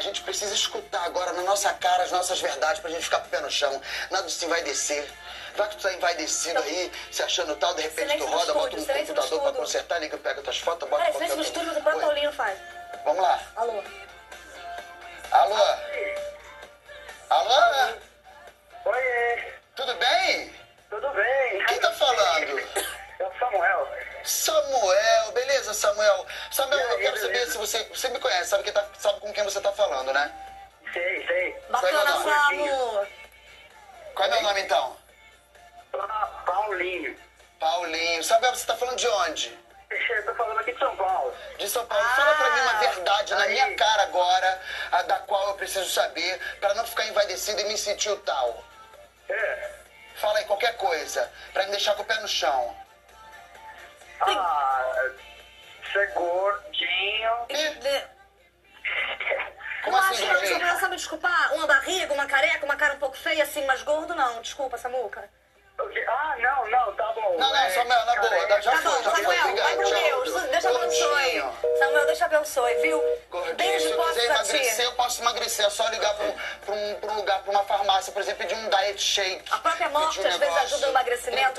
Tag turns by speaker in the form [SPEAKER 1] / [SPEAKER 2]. [SPEAKER 1] gente precisa escutar agora na nossa cara as nossas verdades pra gente ficar com o pé no chão. Nada disso vai descer. Vai que tu tá envaidecido aí, se achando tal, de repente
[SPEAKER 2] Silêncio
[SPEAKER 1] tu
[SPEAKER 2] no
[SPEAKER 1] roda,
[SPEAKER 2] estúdio,
[SPEAKER 1] bota um
[SPEAKER 2] silêncio no
[SPEAKER 1] computador pra
[SPEAKER 2] estúdio.
[SPEAKER 1] consertar, liga, pega tuas fotos, bota
[SPEAKER 2] Peraí,
[SPEAKER 1] qualquer
[SPEAKER 2] silêncio É, no
[SPEAKER 1] outro-
[SPEAKER 2] estúdio que o próprio
[SPEAKER 1] Oi.
[SPEAKER 2] Paulinho faz.
[SPEAKER 1] Vamos lá.
[SPEAKER 2] Alô.
[SPEAKER 1] Alô? Alô?
[SPEAKER 3] Oiê,
[SPEAKER 1] Tudo bem?
[SPEAKER 3] é, tudo bem?
[SPEAKER 1] Quem tá falando?
[SPEAKER 3] Eu sou Samuel.
[SPEAKER 1] Samuel, beleza, Samuel? Samuel,
[SPEAKER 3] E aí,
[SPEAKER 1] eu quero saber
[SPEAKER 3] beleza?
[SPEAKER 1] se você. Você me conhece, sabe, quem tá, sabe com quem você tá falando, né?
[SPEAKER 3] Sei, sei.
[SPEAKER 2] Bacana,
[SPEAKER 1] Sai,
[SPEAKER 2] Samu.
[SPEAKER 1] Qual é meu nome então?
[SPEAKER 3] Pa- Paulinho.
[SPEAKER 1] Paulinho. Samuel, você tá falando de onde?
[SPEAKER 3] Eu tô falando aqui de São Paulo.
[SPEAKER 1] De São Paulo.
[SPEAKER 2] Ah.
[SPEAKER 1] Fala é pra mim uma verdade na
[SPEAKER 3] Aí.
[SPEAKER 1] minha cara agora, a da qual eu preciso saber, pra não ficar envaidecido e me sentir o tal.
[SPEAKER 3] É.
[SPEAKER 1] Fala aí qualquer coisa, pra me deixar com o pé no chão.
[SPEAKER 3] Ah, você é gordinho.
[SPEAKER 1] Como
[SPEAKER 2] eu
[SPEAKER 1] assim,
[SPEAKER 2] acho que não,
[SPEAKER 1] gordinho?
[SPEAKER 2] Samuel, sabe me desculpar? Uma barriga, uma careca, uma cara um pouco feia, assim, mas gordo não. Desculpa, Samuca.
[SPEAKER 3] O quê? Ah, não, não, tá bom.
[SPEAKER 1] Não, não,
[SPEAKER 3] É,
[SPEAKER 1] Samuel, na boa,
[SPEAKER 3] careca.
[SPEAKER 1] dá- já
[SPEAKER 2] Tá
[SPEAKER 1] foi,
[SPEAKER 2] bom,
[SPEAKER 1] já foi,
[SPEAKER 2] Samuel,
[SPEAKER 1] obrigado,
[SPEAKER 2] vai com
[SPEAKER 1] tchau.
[SPEAKER 2] Deus. Deixa eu abençoe.
[SPEAKER 1] Gordinho.
[SPEAKER 2] Samuel, deixa eu abençoe, viu?
[SPEAKER 1] Gordinho, se
[SPEAKER 2] Beijo,
[SPEAKER 1] eu
[SPEAKER 2] posso
[SPEAKER 1] quiser
[SPEAKER 2] pra
[SPEAKER 1] emagrecer,
[SPEAKER 2] ti.
[SPEAKER 1] eu posso emagrecer. É só ligar pra um, pra um- pra um lugar, pra uma farmácia, por exemplo, pedir um diet shake.
[SPEAKER 2] A própria morte
[SPEAKER 1] pedir um
[SPEAKER 2] às vezes
[SPEAKER 1] negócio.
[SPEAKER 2] ajuda no emagrecimento.